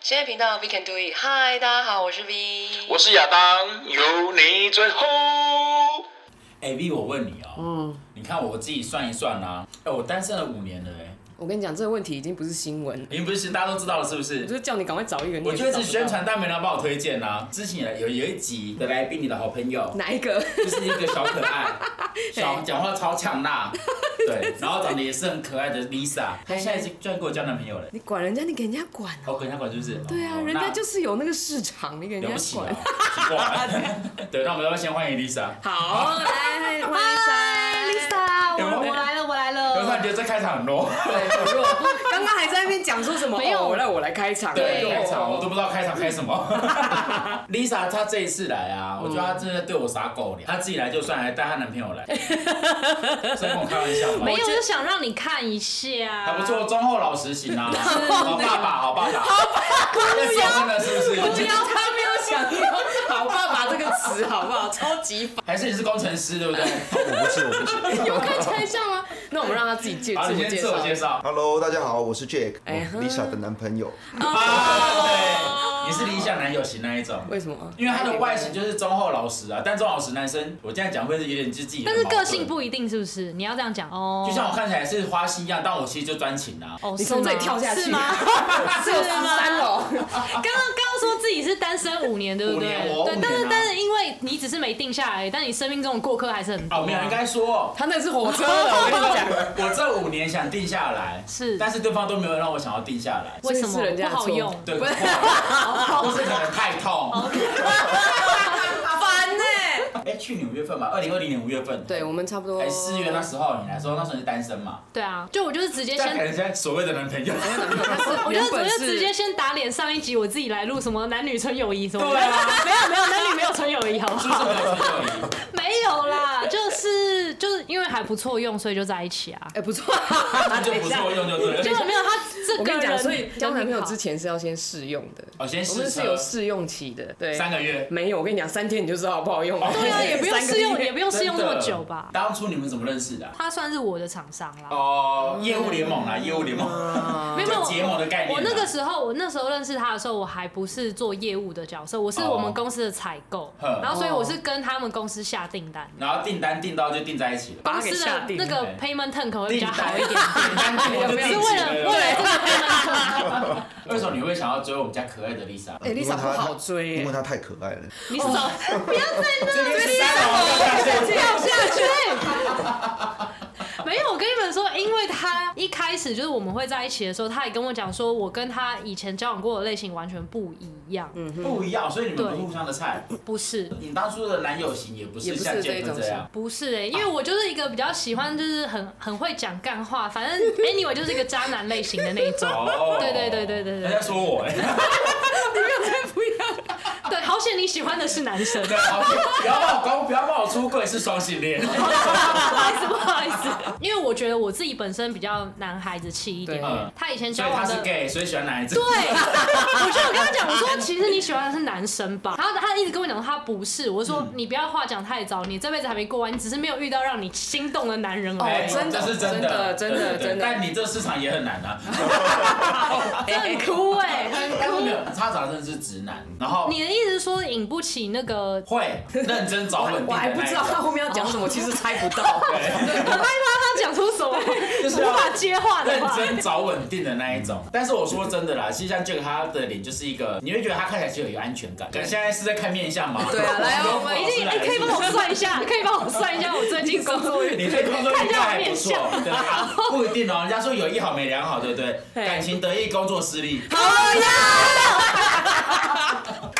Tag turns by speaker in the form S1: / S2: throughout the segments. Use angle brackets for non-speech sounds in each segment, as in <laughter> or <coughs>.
S1: 深夜频道 We Can Do It。嗨，大家好，我是 V。
S2: 我是亚当，有你最后。
S3: 哎、v 我问你哦、
S4: 嗯，
S3: 你看我自己算一算啊，哎、我单身了五年了、哎，
S4: 我跟你讲，这个问题已经不是新闻了，
S3: 已经不是大家都知道了，是不？
S4: 我就是是叫你赶快找一个。你也
S3: 我就一
S4: 找
S3: 直
S4: 不到
S3: 宣传，但没人帮我推荐啊。之前有有一集的来宾，你的好朋友，
S4: 哪一个？ <laughs>
S3: 就是一个小可爱，小讲话超呛
S4: <laughs>
S3: 辣，对，然后长得也是很可爱的 Lisa，她现在是居然给我交男朋友了。
S4: 你管人家，你给人家管啊？
S3: 哦，跟他管是不是？
S4: 对啊，
S3: 哦
S4: 人家
S3: 那
S4: 就是有那个市场，你给
S3: 了
S4: 人
S3: 不
S4: 家
S3: 起了
S4: 管。，
S3: 奇怪。 <laughs> 对，那我们要不要先欢迎
S4: <laughs>
S3: Lisa？
S4: 好，来，欢迎 Lisa，Lisa，
S5: 啊
S3: 有没有
S4: 我我来了，我来
S3: 我突然
S4: 了。
S3: 觉得这开场很 low，
S4: 对，很弱。刚刚还在那边讲说什么？
S1: 没有
S4: 哦我来我来开场。
S3: 对，
S1: 对
S3: 开场我都不知道开场开什么。Lisa 她这一次来啊，我觉得她真的对我撒狗粮，她自己来就算，还带她男朋友来，真跟我开玩笑吗
S5: 没？有，啊我就想让你看一下。
S3: 还不错，忠厚老实型啊，好爸爸，好爸爸，好爸爸，结婚了是不
S4: 不
S3: 是？
S4: 要，他没有想到“好爸爸”这个词，好不好？超级烦。
S3: 还是你是工程师对不对？
S6: 我不是，我不是。
S4: 有看起来像吗？那我们让他自己
S3: <laughs>
S4: 介
S3: 好，
S4: 自
S3: 你
S4: 我
S3: 先
S4: 介
S3: 自我
S4: 绍。
S3: 介绍。
S6: Hello，大家好，我是 Jack，
S4: 哎
S6: 我 Lisa 的男朋友。
S3: 啊，对，你是理想男友型那一种。
S4: 为什
S5: 哦
S4: 么？
S3: 因为他的外形就是忠厚老实啊，但忠厚老实男生，我这样讲会是有点自己，
S5: 但是个性，不一定，是不是？你要这样讲哦。
S3: 就像我看起来是花心一样，但我其实就专情啊。
S5: 哦，
S4: 你从
S5: 是吗
S4: 这里跳下去 <laughs>
S5: 是吗？
S4: 只有十三楼。
S5: 刚刚刚说自己是单身五年，对不对？
S3: 五年哦
S5: 对，但
S3: 五年
S5: 是
S3: 啊
S5: 但是因为你只是没定下来，但你生命中的过客还是很多啊。
S3: 哦，没有，应该说，
S4: 他那是火车了，我跟你讲。
S3: 我这五年想定下来，
S5: 是
S3: 但是对方都没有让我想要定下来，
S5: 为什
S4: 所以
S5: 么
S4: 是人家的
S5: 不好
S4: 错
S5: 用？
S3: 对，不好，或是可能太痛。
S4: 烦呢、
S3: 哎，去年五月份吧，二零二零年五月份，
S4: 对，我们差不多。
S3: 哎，四月那时候你来说，那时候你是单身嘛，
S5: 对啊，就我就是直接
S3: 但可
S5: 先。
S3: 能现在所谓的男朋友，
S5: 我
S4: 我
S5: 就我就直接先打脸上一集，我自己来录什么男女纯友谊什么的，
S3: 对啊
S5: <laughs> 没有没有男女没有纯友谊，好不
S3: 是
S5: 好
S3: 不？是没有朋友谊？
S5: 没有啦，就是就是因为还不错用，所以就在一起啊。
S4: 哎、不错。
S3: 那就不错用就对
S5: 结
S3: 了。
S5: 果啊没有他这
S4: 我
S5: 个
S4: 跟你讲，
S5: 人，
S4: 所以交男朋友之
S5: 前，
S4: 前是要先试用的，
S3: 哦，先
S4: 我
S3: 试
S4: 们是
S3: 车
S4: 有试用期的，对，
S3: 三个月。
S4: 没有，我跟你讲，三天你就知道好不好用了。
S3: 对
S5: 对
S4: <laughs>
S5: 啊，也不用试用，也不用试用这
S3: 真的
S5: 么久吧。嗯
S3: 当初你们怎么认识的啊？
S5: 他算是我的厂商啦。
S3: 哦，业务联盟啦，业务联盟，
S5: 没有没有
S3: 就结盟的概念啊。
S5: 我那个时候，我那时候认识他的时候，我还不是做业务的角色，我是我们公司的采购，
S3: 哦
S5: 然后所以我是跟他们公司下订单，
S3: 然后订单订到就订在一起了，
S4: 把
S5: 公
S4: 它给
S5: 司
S4: 下
S5: 的
S4: 定 <laughs>
S5: 那个
S3: 对
S5: payment term 可能会比
S3: 订
S5: 较
S3: 单
S5: 好一点，
S3: 订单订我就订
S5: 是
S3: 起
S5: 为了
S3: 了。
S5: 为了这
S4: 哦
S5: 个 payment term，
S3: 为什么你会想要追我们家可爱的 Lisa？
S4: 哎、l i s a 不好追、
S6: 因为
S4: 欸，
S6: 他太可爱了。
S5: 你是说
S3: 这边是三楼，
S5: 掉下
S4: 哎
S5: 去。没有，我跟你们说，因为他一开始就是我们会在一起的时候，他也跟我讲说，我跟他以前交往过的类型完全不一样，
S4: 嗯
S3: 不一样，所以你们不是互相的菜。
S5: 不是。
S3: 你当初的男友型也不
S4: 也
S3: 是
S4: 不是
S3: 像杰
S4: 这
S3: 克
S4: 种
S3: 这样，
S5: 不是哎、
S3: 啊
S5: 因为我就是一个比较喜欢，就是很很会讲干话，
S3: <laughs>
S5: 反正 anyway 就是一个渣男类型的那一种。
S3: 哦，
S5: 对对对对对对
S3: 人家说我哎，
S5: 对，好险你喜欢的是男
S3: <laughs>
S5: 生，
S3: 对好不要把我公，不要把我出柜是双性恋，
S5: 不好意思不好意思，因为我觉得我自己本身比较男孩子气一点
S4: 对。
S3: 嗯，
S5: 他以前
S3: 所以
S5: 交
S3: 他
S5: 往
S3: 是
S5: 的
S3: gay，所以喜欢哪一种？
S5: 对，我就有跟他讲，我说其实你喜欢的是男生吧，然后他一直跟我讲说他不是，我
S3: 嗯
S5: 说你不要话讲太早，你这辈子还没过完，你只是没有遇到让你心动的男人而
S3: 哎，
S5: 已。
S4: 真的
S3: 这是真
S4: 真的真的
S3: 对对对
S4: 真的
S3: 但你这市场也很难啊，
S5: 真的很哭哎、
S3: 但
S5: 很
S3: 是没有
S5: 哭。，
S3: 他长得是直男，然后
S5: 你的意思是说引不起那个？
S3: 会认真找稳定的
S4: 我还不知道他后面要讲什么，其实猜不
S3: <laughs>
S4: 到。 <laughs>
S5: 我害怕他讲出什么
S3: 就是
S5: 无
S3: 要
S5: 法接话的
S3: 认
S5: 话。
S3: 真找稳定的那一种。但是我说真的啦，其实像 Jack 他的脸就是一个，你会觉得他看起来就有一个安全感。可现在是在看面相吗？<laughs>
S4: 对啊来哦我们
S5: 已经，哎，可以帮我算一下，可以帮我算一下我最近工
S3: <laughs>
S5: 作运
S3: 你对工作运还不错，对啊，不一定哦。人家说有一好没两好，对不对？感情得意，工作失利。
S4: 好了呀，
S3: <laughs>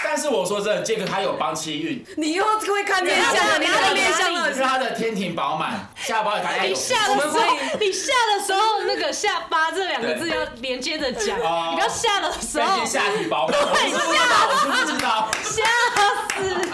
S3: 但是我说真的，Jack 他有帮妻运，
S4: 你又会看面相啊了，你那个面
S5: 啊
S4: 相
S3: 因为
S4: 了。
S3: 他的天庭饱满，下巴有大家
S5: 你
S3: 有。
S5: 下的时候，你下的时候那个下巴这两个字要连接着讲，
S3: 哦
S5: 你不要下的时
S3: 三
S5: 候
S3: 天下体饱满，我是不知道，我是不知道。
S5: 吓死。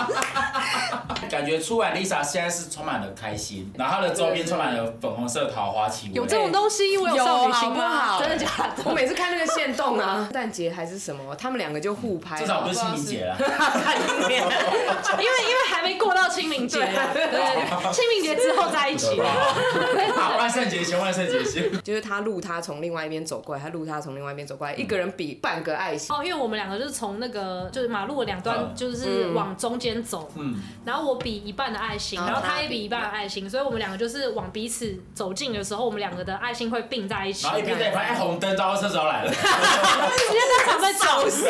S3: 感感觉出来，Lisa 现在是充满了开心，然后她的周边充满了粉红色桃花气味。
S5: 有这种东西，我有少女
S4: 好
S5: 心
S4: 不
S5: 吗？
S4: 好？
S5: 真的假的？
S4: 我每次看那个线动啊， <laughs> 圣诞节还是什么，他们两个就互拍。
S3: 至少不是清明节啦。
S4: 看面，
S5: 因为因为还没过到清明节嘛，对对对，清明节之后在一起。
S3: <laughs> 好，万圣节前，万圣节
S5: <laughs>
S3: 前。
S4: <laughs> 就是他录他从另外一边走过来，他录他从另外一边走过来，一个人比半个爱心。
S5: 哦，因为我们两个就是从那个就是马路的两端，
S3: 嗯
S5: 就是往中间走，
S3: 嗯，
S5: 然后我比一半的爱心，
S4: 然后
S5: 然后
S4: 他
S5: 他也比一半的爱心，所以我们两个就是往彼此走近的时候，我们两个的爱心会并在一起。
S3: 然后一边在拍，哎，红灯，招车子要
S5: <laughs>
S3: 来了。
S5: 直接在
S4: <laughs>
S5: 场被撞死，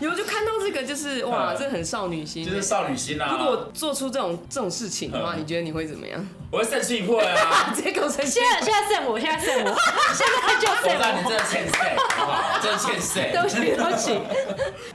S4: 有就看到这个，就是哇，
S3: 嗯
S4: 这很少女心
S3: 就。是少女心啊！
S4: 如果我做出这种这种事情的话，
S3: 嗯
S4: 你觉得你会怎么样？
S3: 我会肾气破啊！
S5: <laughs>
S4: 直接给我生气
S5: 现！在现在剩我，现在剩
S3: <laughs>
S5: 我，现在就
S3: 我知道
S5: 剩
S3: 你
S5: 我。
S3: 真的欠谁，好不好？真的欠谁？
S5: 对不起，嗯对不起，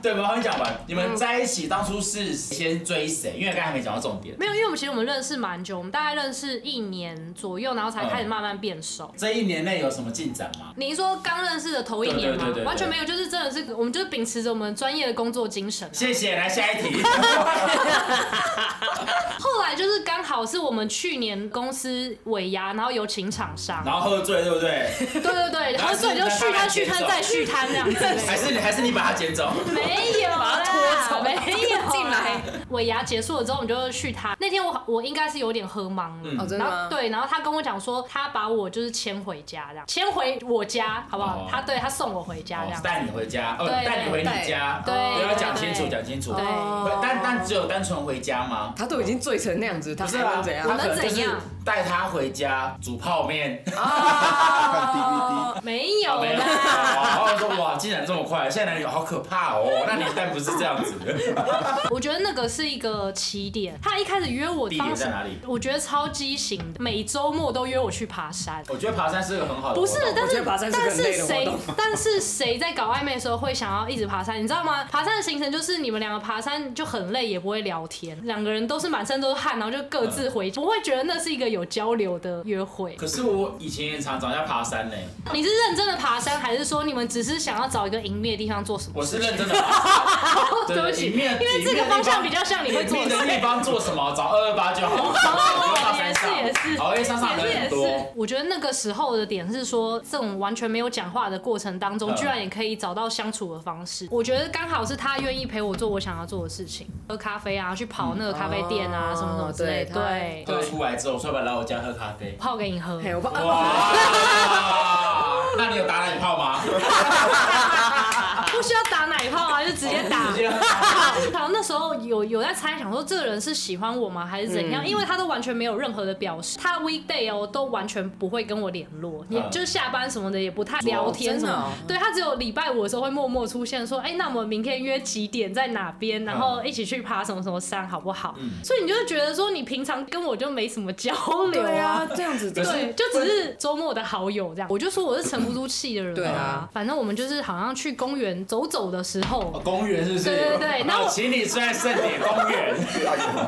S3: <laughs> 对，我还没讲完。你们在一起当初是先追谁？因为刚才没讲到重点。
S5: 没有，因为我们其实我们认识蛮久，我们大概认识一年左右，然后才开始慢慢变熟。
S3: 这一年内有什么进展吗？
S5: 你说刚认识的头一年吗
S3: 对对对对？对
S5: 完全没有，就是真的是我们就是秉持着我们专业的工作精神啊、
S3: 谢谢，来下一
S5: <laughs>
S3: 题。
S5: 后来就是刚好是我们去年公司尾牙，然后有请厂商，
S3: 然后喝醉，对不对？
S5: 对对对，然后所以就续摊续摊再续摊这样
S3: 还
S5: 子。
S3: <laughs> 是你还是你把他捡走？
S5: 没有啦，
S4: 把它拖走
S5: 没有啦
S4: 进来。
S5: 尾牙结束了之后，我们就续摊。那天我我应该是有点喝茫了。
S3: 嗯
S4: 哦，真的
S5: 然后
S4: 吗？
S5: 对，然后他跟我讲说，他把我就是牵回家这样，牵回我家好不好？
S3: 哦
S5: 他对他送我回家这
S3: 哦
S5: 样，
S3: 带你回家，哦，
S5: 对
S3: 带你回你家，哦
S5: 对
S3: 都
S5: 对
S3: 要讲清楚，
S5: 对
S3: 讲清楚。
S5: 对
S3: 会但但只有单纯回家吗？
S4: 他都已经醉成那样子，他
S3: 不是
S4: 还
S3: 啊，
S4: 能怎样
S3: 他？
S5: 能
S3: 可能就
S5: 怎
S3: 是
S5: 样
S3: 带他回家煮泡面。
S4: 哦啊
S6: 看 DVD，
S5: 没有
S3: 哦没有，
S5: 啦。
S3: 然后说哇，竟然这么快，现在男友好可怕
S5: <laughs>
S3: 哦。那年代不是这样子 <laughs> 的。
S5: 我觉得那个是一个起点。他一开始约我
S3: 地
S5: 当
S3: 点
S5: 时
S3: 在哪里？
S5: 我觉得超畸形的，每周末都约我去爬山。
S3: 我觉得爬山是个很好的活动。
S5: 不是，但
S4: 哦我觉
S5: 是
S4: 得爬山是个
S5: 但
S4: 很
S5: 是
S4: 累的活
S5: 谁
S4: 动
S5: <laughs> 但是谁在搞暧昧的时候会想要一直爬山？你知道吗？爬山的行程就是你们两个爬山就很累，也不会聊天，两个人都是满身都是汗，然后就各自回，不会觉得那是一个有交流的约会。
S3: 可是我以前也常找人家爬山呢，
S5: <laughs> 你是认真的爬山，还是说你们只是想要找一个隐秘的地方做什么？
S3: 我是认真
S5: <laughs>
S3: 的爬山。
S5: 对不起，
S3: 里面
S5: 因为这个方向比较像你会做
S3: 隐秘
S5: 的
S3: 的
S5: 事。
S3: 地方做什么？找二二八就好。
S5: 哦
S3: 爬山上哦
S5: 也是也是
S3: 好，因为山上
S5: 也是
S3: 人
S5: 也
S3: 很
S5: 是
S3: 多。，
S5: 我觉得那个时候的点是说，这种完全没有讲话的过程当中，
S3: 嗯
S5: 居然也可以找到相处的方式。我觉得刚好是他愿意陪我做我想要做的事情，喝咖啡啊，去跑那个咖啡店啊，
S4: 嗯
S5: 什么什么之类的。
S4: 哦
S5: 对
S4: 对，
S3: 就出来之后，说要不要来我家喝咖啡？
S5: 泡给你喝。
S4: <laughs> 嘿，我怕
S3: 哇！那你有打奶泡吗？
S5: <laughs> 不需要打奶泡啊，就直接打
S3: 直。接喝。
S5: <laughs> 然后那时候有有在猜，想说这个人是喜欢我吗，还是怎
S3: 嗯
S5: 样？因为他都完全没有任何的表示，他 weekday 哦都完全不会跟我联络，也
S3: 嗯
S5: 就是下班什么的也不太聊天什
S4: 真
S5: 么
S4: 的哦
S5: 的。对他只有礼拜五的时候会默默出现，说：“哎，那我们明天约几点在哪边，然后一起去爬什么什么山，好不好？”所以你就会觉得说，你平常跟我就没什么交流
S4: 对啊，这样子
S5: 对，就只是周末的好友这样。我就说我是沉不住气的人、
S4: 对啊，
S5: 反正我们就是好像去公园走走的时候，
S3: 哦公园是不是？
S5: 对对对那我
S3: 好请你在盛典公园。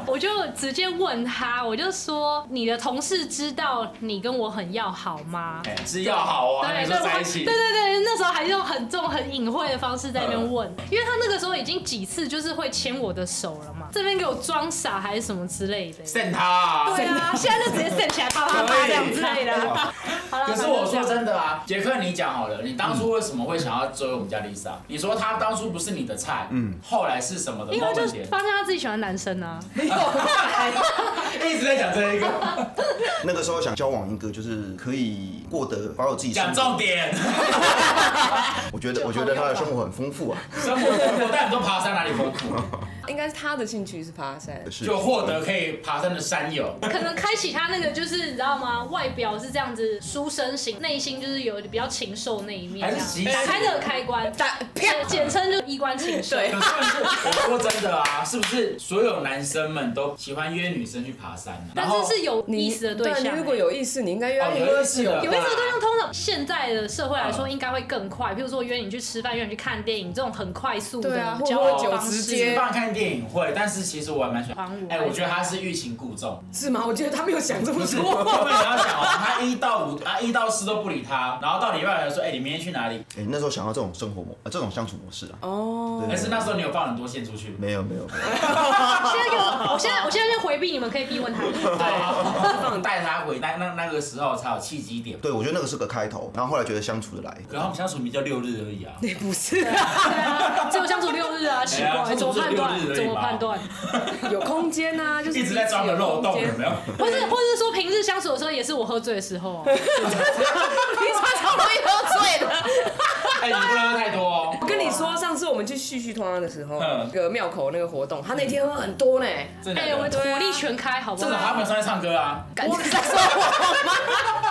S5: 我就直接问他，我就说你的同事知道你跟我很要好吗？
S3: 哎是要好啊，还
S5: 对
S3: 是
S5: 对
S3: 在
S5: 对
S3: 一起？
S5: 对对，那时候还是用很重很隐晦的方式在那边
S3: 嗯
S5: 问，因为他那个时候已经几次就是会牵我的手了嘛，这边给我装傻还是什么之类的。
S3: 剩他啊。
S5: 对啊，现在就直接剩起来叭叭叭这样之类的啊。好啦
S3: 可是我说
S5: 反正就这样
S3: 真的啊，杰克，你讲好了，你当初为什么会想要追我们家 Lisa？你说她当初不是你的菜，嗯，后来是什么的
S5: 因为就
S3: moment
S5: 是
S3: 点？
S5: 发现他自己喜欢男生啊，
S3: <laughs> 一直在讲这一个，
S6: 那个时候想交往一个就是可以过得把我自己
S3: 讲
S6: 生活
S3: 重点。
S6: 我觉得我觉得他的生活很丰富啊，
S3: <laughs> 生活丰富，但很多爬山哪里丰 <laughs> 富？
S4: 应该是他的兴趣是爬山。
S6: 是
S3: 就获得可以爬山的山友。
S5: 可能开启他那个就是你知道吗？外表是这样子书生型，内心就是有比较禽兽那一面
S3: 还是
S5: 这
S3: 其
S5: 样，
S3: 实
S5: 打开这个开关，
S4: 打
S5: 简简称就是衣冠禽兽。
S4: 对
S3: 可是 <laughs> 我说真的啊，是不是所有男生们都喜欢约女生去爬山呢？然
S5: 但
S3: 后
S5: 是是有意思的对象、欸
S4: 你如果有意思，你应该约他
S3: 哦，
S4: 约
S3: 有认识的，
S5: 有意思的对象，通常现在的社会来说应该会更快，譬如说约你去吃饭，约你去看电影，这种很快速
S4: 对
S5: 的
S4: 啊
S5: 交
S4: 或
S5: 往
S4: 者
S5: 方
S4: 酒直
S5: 式。
S4: 接
S3: 吃饭看电影会，但是其实我还蛮喜欢
S5: 还我。
S3: 哎，我觉得他是欲擒故
S5: <laughs>
S3: 纵，
S4: 是吗？我觉得他没有想这么
S3: 不是？<laughs>
S4: 多。
S3: 我们也要讲哦，他一到五，他一到四都不理他，然后到礼拜来说，哎，你明天去哪里？
S6: 哎、那时候想要这种生活模，呃，这种相处处模式啊。
S4: 哦，
S3: 还
S6: 对，
S3: 是那时候你有放很多线出去？
S6: 没有没有，没有
S5: 现在给我，我现在我现在先回避你们，可以逼问他。
S3: <laughs> 对，带他回来，那那个时候才有契机点。
S6: 对我觉得那个是个开头，然后后来觉得相处的来。
S3: 然后我们相处比较六日而已啊，
S4: 也不是
S5: 对啊，只有相处六日啊，奇
S3: 哎呀
S5: 怪，怎么判
S3: 相处？
S5: 断
S3: 六日而已吧
S5: 怎么判断？
S4: 啊有空间呐，就是
S3: 一直在钻个漏
S4: <laughs>
S3: 洞，有没有？
S5: 或是或是说平日相处的时候也是我喝醉的时候啊，
S4: 平常超容易喝醉的。
S3: 哎，你不能喝太多哦。
S4: 我跟你说，上次我们去旭旭通的时候，
S3: 嗯
S4: 那个庙口那个活动，他那天喝很多呢。
S3: 真的
S5: 哎，
S3: 假
S5: 我
S3: 的，
S5: 的火力全开，好不
S3: 真的，啊他
S5: 好
S3: 们？上来唱歌啊，
S4: 感觉在说我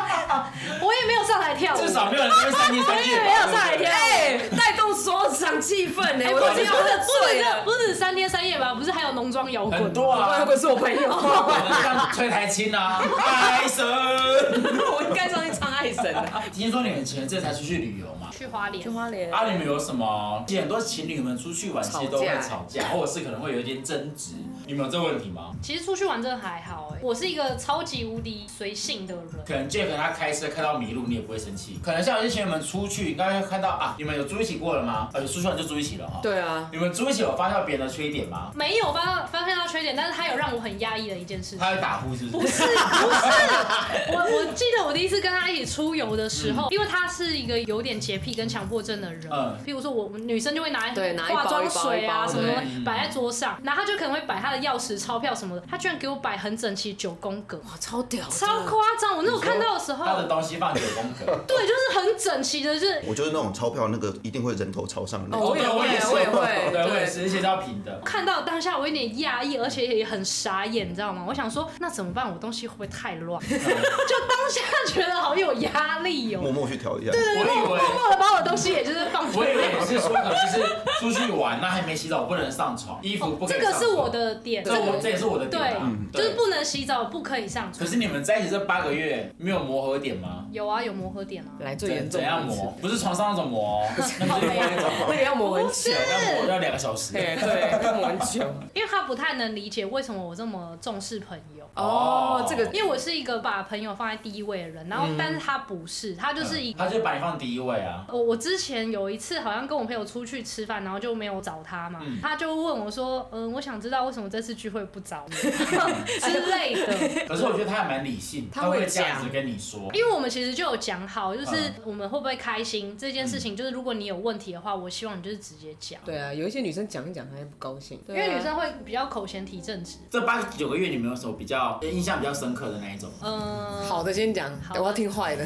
S5: 我也没有上台跳舞，
S3: 至少没有人在三天三夜吧。
S5: 没有上来跳
S4: 哎，带动所有场气氛呢，
S5: 哎，不
S4: 我已
S5: 止
S4: 经喝
S3: <laughs>
S5: 不
S4: 醉
S5: 止
S4: 了。
S5: 不止三天三夜吧，不是还有浓妆摇滚吗
S3: 很多啊
S4: 如，果是我朋友，
S3: <laughs> 像吹台青啊，爱神。
S4: 我应该上去唱爱神的。
S3: 听说你们前阵才出去旅游嘛？
S5: 去花莲，
S4: 花莲
S3: 啊，你们有什么？很多情侣们出去玩其实都会
S4: 吵架
S3: 吵架，或者是可能会有一点争执，你们有这个问题吗？
S5: 其实出去玩真的还好哎、我是一个超级无敌随性的人。
S3: 可能 Jack 他开车开到迷路，你也不会生气。可能像有些情侣们出去，你刚刚看到啊，你们有住一起过了吗？呃，出去玩就住一起了哈。。
S4: 对啊，
S3: 你们住一起有发现到别人的缺点吗？
S5: 没有发发现到缺点，但是他有让我很压抑的一件事情。
S3: 他会打呼是不
S5: 不
S3: 是？
S5: 是不是，我我记得我第一次跟他一起出游的时候，因为他是一个有点洁癖跟强迫症的人，
S3: 嗯
S5: 譬如说我女生就会拿
S4: 对拿一包
S5: 化妆
S4: 一包
S5: 水啊
S4: 一包的
S5: 什么东
S3: 嗯
S5: 西摆在桌上，然后他就可能会摆他的钥匙、钞票什么的，他居然给我摆很整齐九宫格，
S4: 哇，超屌，
S5: 超夸张！我那时候看到的时
S3: 他的
S5: 候，
S3: 东西放九宫格，
S5: 对，就是很整齐的，就是
S6: 我就是那种钞票那个一定会人头朝上的那
S4: 哦
S6: 种。
S4: 我也
S3: 对我也
S4: 会我也会
S3: 对
S4: 对
S3: 我也是，而且是要平的。
S5: 看到当下我有点压抑，而且也很傻眼，你知道吗？我想说，那怎么办？我东西会不会太
S3: <laughs>
S5: 乱？就当下觉得好有压力
S3: 嗯
S5: 哦、
S6: 默默去调一下，
S3: 我以为
S5: 默默的把我东西也就是放
S3: 我以为你是说可能就是出去玩，那还没洗澡不能上床，衣服不可以
S5: 哦这
S3: 上
S5: 个
S3: 床
S5: 是我，的点，
S3: 这我这也是我的点
S5: 对
S3: 啊，
S5: 就是
S3: 对。
S5: 不能洗澡，不可以上
S3: 可
S5: 床。
S3: 是你们在一起这八个月没有磨合点吗？
S5: 有啊，有磨合点啊。
S4: 来最
S3: 怎
S4: 严重
S3: 怎样
S4: 的一次
S3: 磨？不是床上那种磨哦，那是另外一种
S4: 那个要磨
S3: <laughs>
S4: 很久。
S3: 要磨要两个小时。
S4: 对对，要磨很久。
S5: 因为他不太能理解为什么我这么重视朋友。
S4: 哦，这个
S5: 因为我是一个把朋友放在第一位的人，然后但是他不是，他就是一
S3: 嗯他就把你放第一位啊。
S5: 哦我我之前有一次好像跟我朋友出去吃饭，然后就没有找他嘛，他就问我说，嗯，我想知道为什么这次聚会不找你之类的。
S3: 可是我觉得他还蛮理性，
S4: 他
S3: 他
S4: 会
S3: 会这样
S4: 讲
S3: 子跟你说。
S5: 因为我们其实就有讲好，就是
S3: 嗯
S5: 我们会不会开心这件事情，就是如果你有问题的话，我希望你就是直接讲，
S4: 对啊，有一些女生讲一讲她也不高兴，
S5: 因
S3: 啊
S4: 因
S5: 为女生会比较口嫌体正直。
S3: 这八九个月，你们有什么比较印象比较深刻的那一种？
S5: 嗯，
S4: 好的先讲，
S5: 好
S4: 我要听坏的。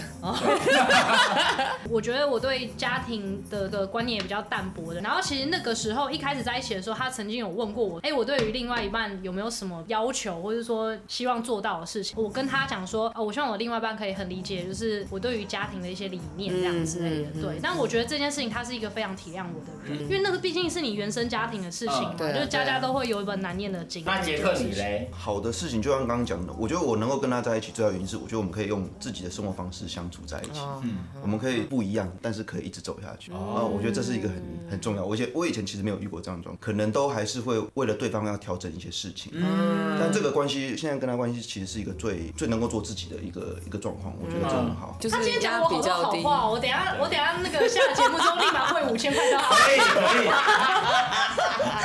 S5: 我觉得我对家庭的的观念也比较淡薄的。然后其实那个时候一开始在一起的时候，他曾经有问过我，哎、我对于另外一半有没有什么要求，或者说希望做到的事情？我跟他讲说，哦，我希望我另外一半可以很理解，就是我对于家庭的一些理念这样之
S4: 嗯
S5: 类的。对，但我觉得这件事情他是一个非常体谅我的人，因为那个毕竟是你原生家庭的事情嘛，
S4: 嗯对啊啊
S5: 就是家
S4: 对啊
S5: 家都会有一本难念的经。啊
S3: 那杰克你嘞？
S6: 好的事情就像刚刚讲的，我觉得我能够跟他在一起，最大原因是我觉得我们可以用自己的生活方式相处在一起，
S3: 哦嗯
S6: 我们可以不一样，但是可以一直走下去。啊，我觉得这是一个很很重要。我以前我以前其实没有遇过这样的状况，可能都还是会为了对方要调整一些事情。
S3: 嗯
S6: 但这个关系现在跟他关系其实是一个最最能够做自己的一个一个状况，我觉得这很好。
S4: 就是
S5: 他今天讲
S4: 压
S5: 我好
S4: 比
S5: 多
S4: 较
S5: 好
S4: 低，
S5: 话，我等一下我等一下那个下了节目之后立马汇五千块到他。
S3: 可以可以。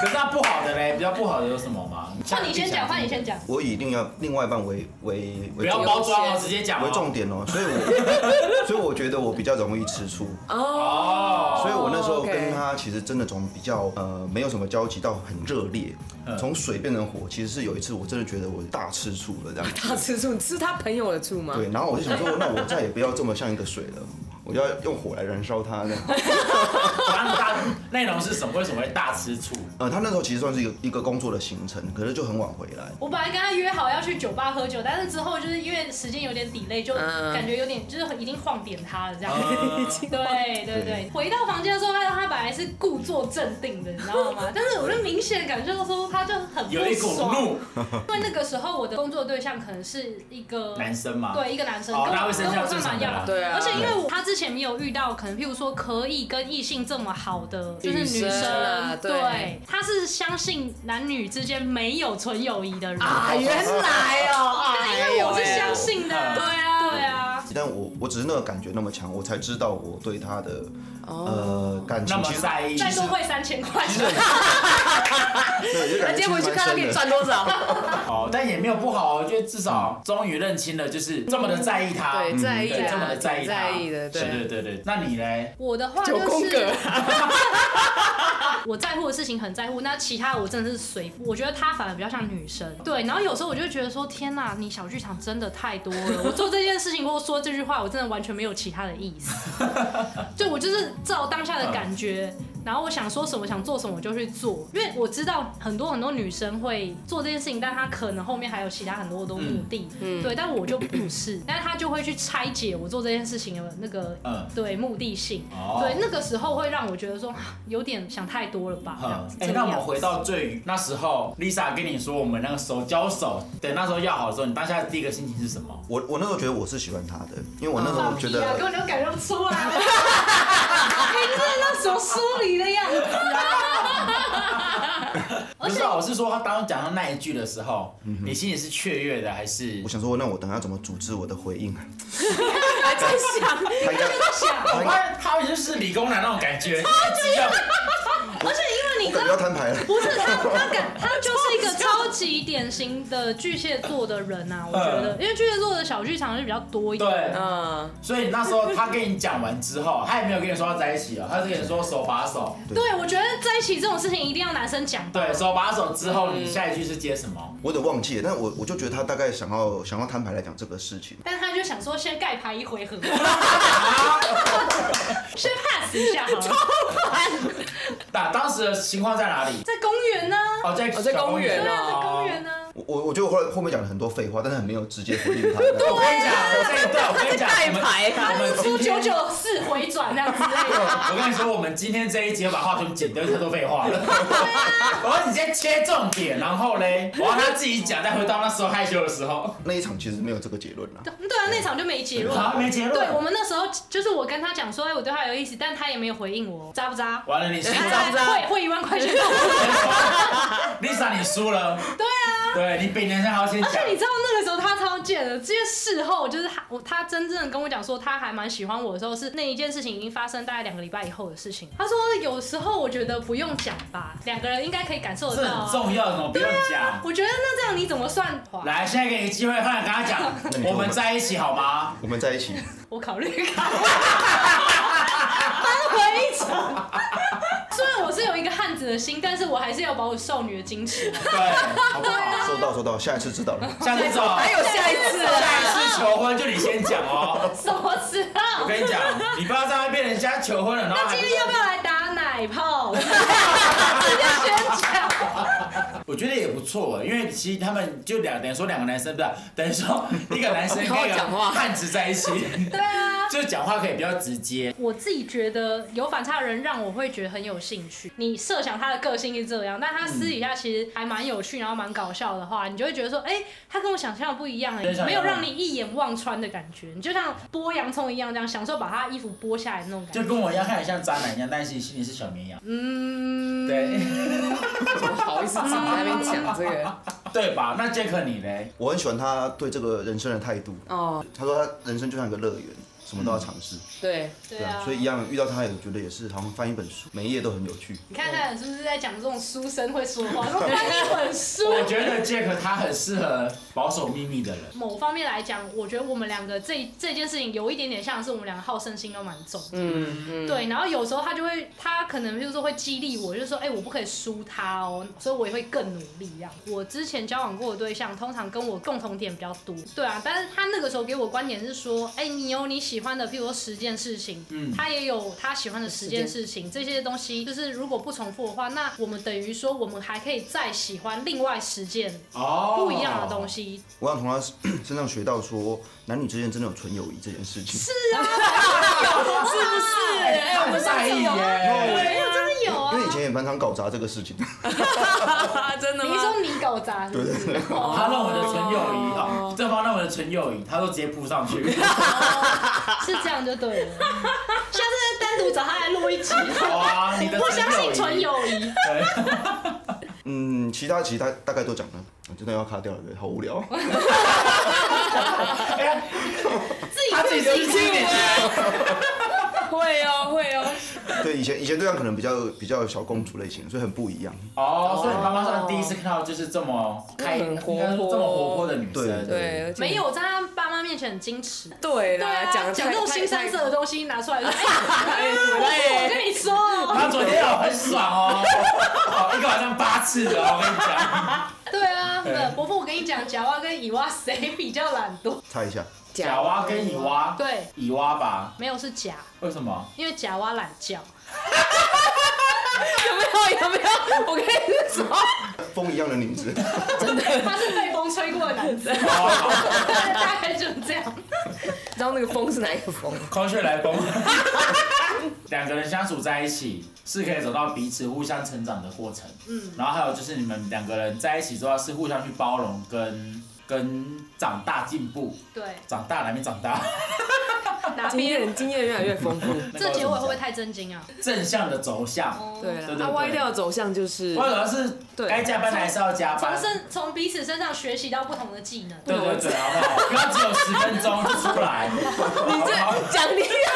S3: 可是那不好的嘞，比较不好的有什么吗？
S5: 换你先讲，换你先讲。
S6: 我以一定要另外一半为为
S3: 不
S6: 为
S3: 要
S6: 重
S3: 包装哦，直接讲哦。
S6: 为重点哦，所以我 <laughs> 所以我觉得我比较容易吃醋。
S3: 哦，
S6: 所以我那时候
S4: OK
S6: 跟他其实真的从比较呃没有什么交集到很热烈，
S3: 嗯
S6: 从水变成火，其实是有一次我真的觉得我大吃醋了这样
S4: 他
S6: 子。
S4: 吃醋，啊你吃他朋友的醋吗？
S6: 对，然后我就想说，那我再也不要这么像一个水了，我就要用火来燃烧
S4: <laughs>
S6: 它这样。
S3: 他们大内容是什么？为什么会大吃醋？
S6: 呃，他那时候其实算是一个一个工作的行程，可是就很晚回来。
S5: 我本来跟他约好要去酒吧喝酒，但是之后就是因为时间有点 delay，就
S4: 嗯
S5: 感觉有点就是已经晃点他了这样。
S3: 嗯
S5: 对对对，回到房间的时候，他他本来是故作镇定的，你知道吗？但是我就明显感觉到说，他就很不
S3: 有一股
S5: 爽，
S3: 怒，
S5: 因为那个时候我的工作对象可能是一个
S3: 男生嘛。
S5: 对，一个男生
S3: 哦
S5: 跟
S3: 那
S5: 我
S3: 会生
S5: 跟
S3: 气
S5: 我
S3: 正
S5: 干嘛
S3: 常的啦
S5: 要？
S4: 对啊
S5: 而且因为我他之前没有遇到，可能譬如说可以跟异性这么好的，就是女
S4: 女生啊对
S5: 对，他是相信男女之间没有纯友谊的人，
S4: 啊，原来哦，
S5: 但是因为我是相信的，
S3: 哎呦
S5: 对啊，对啊，
S6: 但我我只是那个感觉那么强，我才知道我对他的
S4: 哦
S6: 呃感
S3: 那
S6: 情
S3: 么
S6: 其实
S3: 在意，
S5: 再多汇三千块，
S6: 对，就
S4: 那
S6: 感觉
S4: 结
S6: 其
S4: 果
S6: 实
S4: 回去看他
S6: 蛮
S4: 给你
S6: 深的。
S4: 赚多少？
S5: <laughs>
S3: 哦，但也没有不好，我觉得至少终于认清了，就是这么的在意他，嗯
S4: 对，在意
S3: 对，这么
S4: 啊，
S3: 的在意
S4: 挺
S3: 他，
S4: 在意的，
S3: 是对
S4: 对。
S3: 对对。那你呢？
S5: 我的话
S4: 九
S5: 啊就
S4: 宫格
S5: 是。我在乎的事情很在乎，那其他我真的是随。我觉得她反而比较像女生，对。然后有时候我就会觉得说，天呐，你小剧场真的太多了。我做这件事情或说这句话，我真的完全没有其他的意
S3: <laughs>
S5: 思。就我就是照当下的感觉，然后我想说什么想做什么我就去做，因为我知道很多很多女生会做这件事情，但她可能后面还有其他很多很多目的，
S3: 嗯
S5: 对。但我就不是，但是她就会去拆解我做这件事情的那个
S3: 嗯，
S5: 对目的性。
S3: 哦，
S5: 对，那个时候会让我觉得说啊有点想太多了吧。这样
S3: 嗯
S5: 子，
S3: 哎、
S5: 这
S3: 那
S5: 个
S3: 我们
S5: 样子
S3: 回到最那时候，Lisa 跟你说我们那个手交手，对，那时候要好的时候，你当下的第一个心情是什么？
S6: 我我那时候觉得我是喜欢他的，因为我那时
S4: 哦
S6: 候
S5: 放
S6: 觉
S5: 屁啊，
S6: 得
S5: 根本就感觉不出来。还
S4: 啊
S5: 在啊那种疏离的样子啊！
S3: 不是啊，我是说他当时讲到那一句的时候，你心里是雀跃的还是
S6: 我？想说，那我等下怎么组织我的回
S4: <laughs>
S6: 应？啊
S4: 还在想，
S6: 他应该，
S3: 我发现他就是理工男那种感觉，就是要
S5: <laughs> 而且因为你
S6: 我
S5: 知
S6: 感
S5: 道
S6: 觉要摊牌了。
S5: 不是他，他感他就是一个超级典型的巨蟹座的人啊，我觉得，因为巨蟹座的小剧场是比较多一点。
S3: 对，
S4: 嗯，
S3: 所以那时候他跟你讲完之后，他也没有跟你说要在一起了，他是跟你说手把手，
S5: 对，我觉得在一起这种事情一定要男生讲吧。
S3: 对手把手之后，你下一句是接什么？
S6: <laughs> 我有点忘记了，但我我就觉得他大概想要想要摊牌来讲这个事情。
S5: 但他就想说先盖牌一回 <laughs> 合，先 pass 一下好了。
S3: 那当时的情况在哪里？
S5: 在公园呢？
S3: 哦，在
S4: 哦在
S3: 小
S4: 公园
S5: 对啊，在公园
S3: 哦
S5: 呢。
S6: 我我我觉得我后来后面讲了很多废话，但是很没有直接
S5: <laughs>
S6: 回应他。
S3: 我跟你讲，这一段我
S4: <laughs>
S3: 跟你讲，
S4: 代
S3: 我们
S4: 哦牌啊
S3: 我们
S5: 出
S3: 今天
S5: 九九四回转那样之类的。
S3: <laughs> 我跟你说，我们今天这一集要把话全部剪掉，太多废话了。
S5: 啊
S3: 我要直接切重点，然后嘞，我让他自己讲，再回到那时候害羞的时候。
S6: 那一场其实没有这个结论啦。
S5: 对啊，那场就没结论。
S3: 好，没啊结论。
S5: <laughs> 对我们那时候就是我跟他讲说，哎，我对他有意思，但他也没有回应我，渣
S4: <laughs>
S5: 不渣？哎
S3: 完了，你输
S4: 渣
S3: 了
S4: 不渣
S5: 会会一万块
S4: <laughs>
S5: 钱到我。
S3: ，Lisa，你输了。
S5: 对啊。
S3: 对你比人家还要先
S5: 而
S3: 讲
S5: 且。你知道啊那个时候他超贱的，这些事后就是他，我他真正跟我讲说他还蛮喜欢我的时候，是那一件事情已经发生大概两个礼拜以后的事情。他说有时候我觉得不用讲吧，两个人应该可以感受
S3: 这
S5: 得到、啊。
S3: 很重要，怎么不用讲？
S5: 我觉得那这样你怎么算谎？
S3: 来，现在给你机会，快点跟他讲
S6: 那你，就
S3: 我们在一起好吗？
S6: 我们在
S5: <laughs>
S6: 一起，
S5: 我考虑考虑，翻回一场。 <laughs> 虽然我是有一个汉子的心，但是我还是要把我少女的矜持。
S3: 对，好不好？
S6: 收到收到，下一次知道了。
S3: 下次走，
S4: 还有下一次
S3: 下一
S4: 啊，
S3: 次求婚就你先讲哦。
S5: <laughs> 什么时
S3: 我
S5: 候？
S3: 跟你讲，你不要在外面人家求婚了，然后
S5: 那
S3: 还
S5: 今
S3: 不
S5: 天要不要来打奶 <laughs> 泡？直接宣讲。
S3: 我觉得也不错欸，因为其实他们就两等于说两个男生，不是啊等于说一个男
S4: <laughs>
S3: 生
S4: 好好
S3: 跟一个
S4: 讲话
S3: 汉子在一
S4: <laughs>
S3: 起， <laughs>
S5: 对啊。
S3: 就讲话可以比较直接。
S5: 我自己觉得有反差的人让我会觉得很有兴趣。你设想他的个性是这样，但他私底下其实还蛮有趣，然后蛮搞笑的话，你就会觉得说，哎、他跟我想象的不一样、
S3: 真想
S5: 哎，
S3: 象
S5: 没有让你一眼望穿的感觉，你就像剥洋葱一样，这样享受把他衣服剥下来的那种感
S3: 就
S5: 觉。
S3: 跟我一样，看起来像渣男一样，但是心里是小绵羊，
S5: 嗯，
S3: 对 <laughs>
S4: 不好意思自己在那边讲这
S5: 嗯
S4: 个，
S3: 对吧？那 Jack 你嘞？
S6: 我很喜欢他对这个人生的态度。
S4: 哦，
S6: 他说他人生就像一个乐园，什么都要尝试。
S4: 对，
S5: 对啊
S6: 所。以一样遇到他，也觉得也是好像翻一本书，每一页都很有趣。
S5: 你看看是不是在讲这种书生会说的
S6: <laughs>
S5: 话？说看一本书。
S4: 啊
S3: 我觉得 Jack 他很适合保守秘密的人，
S5: 某方面来讲，我觉得我们两个这这件事情有一点点像是我们两个好胜心都蛮重的。
S4: 嗯嗯，
S5: 对，然后有时候他就会，他可能就是说会激励我，就是说，哎、我不可以输他哦，所以我也会更努力这样。我之前交往过的对象，通常跟我共同点比较多，对啊，但是他那个时候给我观点是说，哎、你有你喜欢的，譬如说十件事情，
S3: 嗯
S5: 他也有他喜欢的十件事情，这些东西就是如果不重复的话，那我们等于说我们还可以再喜欢另外十件
S3: 哦，
S5: 不一样
S3: <laughs>
S5: 的东。
S4: 哦
S5: 西，
S6: 我想从他身 <coughs> 上学到说，男女之间真的有纯友谊这件事情。是，
S5: 啊
S4: 是不是？哎，我们
S3: 在意耶，
S5: 对啊，真的有啊
S6: 因。为以前也蛮常搞砸这个事情。
S4: 啊， <laughs> 真的
S5: 你
S4: 吗
S5: 是？说你搞砸是不是？哦
S3: 他认为的纯友谊哦，对方认为的纯友谊，他都直接扑上
S4: <laughs>
S3: 去。
S5: 是这样就对了。 <laughs> 下次单独找他来录一集。
S3: 哇，你的
S5: 我相信纯
S3: 纯友谊。
S5: 友谊，
S3: 对
S6: 嗯，其他其他大概都讲了，我真的要卡掉了，对好无聊。
S3: 他自己是经理，
S5: <laughs>
S4: 会哦，会哦。
S6: 对，以前以前对象可能比较比较小公主类型，所以很不一样。
S3: 哦，所以你妈妈算第一次看到就是这么开，
S4: 很活泼
S3: 应该说这么活泼的女生，
S6: 对
S4: 对，而且
S5: 没有在他爸妈面前很矜持。
S4: 对
S5: 对
S4: 啦，
S5: 啊，
S4: 讲
S5: 讲
S4: 讲
S5: 这种新三色的东西拿出来说，哎，我
S4: 对，
S5: 跟你说哦，
S3: 她昨天有很爽哦，哦一个晚上八次的，我跟你讲，
S5: 对啊，那伯父，我跟你讲，甲蛙跟乙蛙谁比较懒惰？
S6: 猜一下，
S3: 甲蛙跟乙蛙，
S5: 对，
S3: 乙蛙吧？
S5: 没有是甲，
S3: 为什么？
S5: 因为甲蛙懒觉。
S4: 有没有有没有？我跟你说， <laughs>
S6: 风一样的女子，
S5: 他是被风吹过的男 <laughs> 子，大概就是这样。
S4: 知道那个风是哪一个风？
S3: 空穴来风。 <laughs> 两个人相处在一起是可以走到彼此互相成长的过程，嗯，然后还有就是你们两个人在一起之后是互相去包容跟跟长大进步，
S5: 对，
S3: 长大还没长大，
S5: 哪
S4: 经
S5: 边？
S4: 验经验越来越丰富。
S3: 那
S5: 这
S3: 个
S5: 结尾会不
S3: 怎
S5: 会哦
S3: 么
S5: 太震惊啊？
S3: 讲正向的走向？
S4: 对
S3: 对对
S4: 了，
S3: 对
S4: 它啊歪掉的走向就是
S3: 或者是
S4: 对
S3: 该加班还是要加
S5: 从
S3: 班，
S5: 身从彼此身上学习到不同的技能。
S4: <laughs>
S3: 对对对，好不好？不要只有十分钟就出来，
S4: 你这讲你，一啊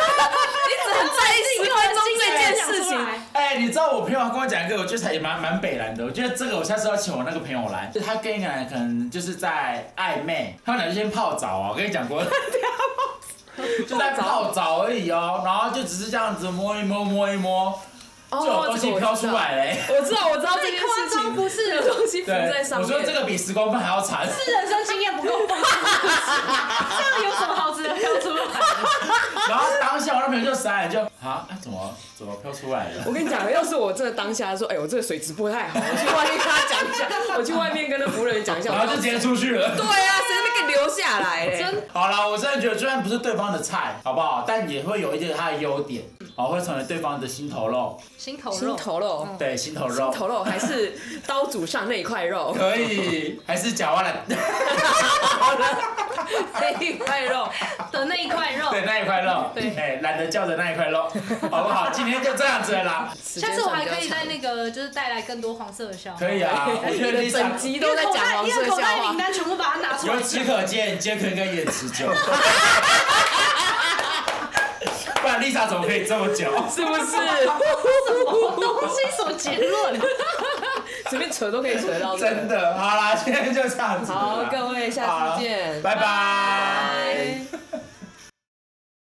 S4: 直很在意十分钟这件事情。
S3: 哎、你知道我朋友跟我讲一个，我觉得才也蛮蛮北蓝的。我觉得这个我下次要请我那个朋友来，就他跟一个人可能就是在暧昧，他们俩就先泡澡啊、我跟你
S4: <laughs>
S3: 讲过。就在泡澡而已哦，然后就只是这样子摸一摸摸一摸，
S4: 哦
S3: 就有东西飘出来嘞。
S4: 我知道，我知道这
S5: 这
S4: 件
S5: 夸
S4: 事
S5: 张
S4: 情，
S5: 不是？
S4: 有东西浮
S3: 对
S4: 在，上
S3: 我
S4: 面。
S3: 觉得这个比时光饭还要长。
S5: 是人生经验不够丰富，这样有什么好值得飘出来的？
S3: <laughs> 然后当下我那朋友就傻眼，就啊，那怎么怎么飘出来了？
S4: <laughs> <laughs> 我跟你讲，要是我真的当下说，哎、我这个水质不太好，我去外面跟他讲一下，我去外面跟那服务人员讲一下，
S3: 然
S4: 我
S3: 后就直接出去了。
S4: 对啊，谁那边给留下来欸嘞？
S5: 真
S3: 好啦，我真的觉得，虽然不是对方的菜，好不好？但也会有一点他的优点，哦，会成为对方的心头肉，
S5: 心头
S4: 心
S5: 肉，
S4: 头肉，
S3: 对，心头肉
S4: 哦心， <laughs> 头肉还是刀俎上那一块肉，
S3: 可以，还是假蛙的
S4: 那一块肉，
S5: 的那一块肉。
S3: 对那一块肉，
S5: 对
S3: 哎，懒得叫的那一块
S4: <laughs>
S3: 肉，好不好？今天就这样子了啦，
S5: 下次我还可以在那个就是带来更多黄色的笑话。
S3: 可以
S4: <laughs>
S3: 啊，我
S4: 一
S3: 觉得
S4: 个
S3: Lisa
S4: 哎整啊集都在讲黄
S5: 因
S4: 色
S5: 为口
S4: 笑
S5: 袋名
S4: 话，
S5: 单全部把它拿出来
S3: 由。此可见，杰克应该也持
S4: <laughs>
S3: 久，不然 Lisa 怎么可以这么久？
S4: 是不是？
S5: 东西什么结论？
S4: <laughs>
S3: <laughs>
S4: 随便扯都可以扯到、这个
S3: 真。的，好啦，今天就这样子了啦，
S4: 好，各位，下次见。
S3: 拜拜。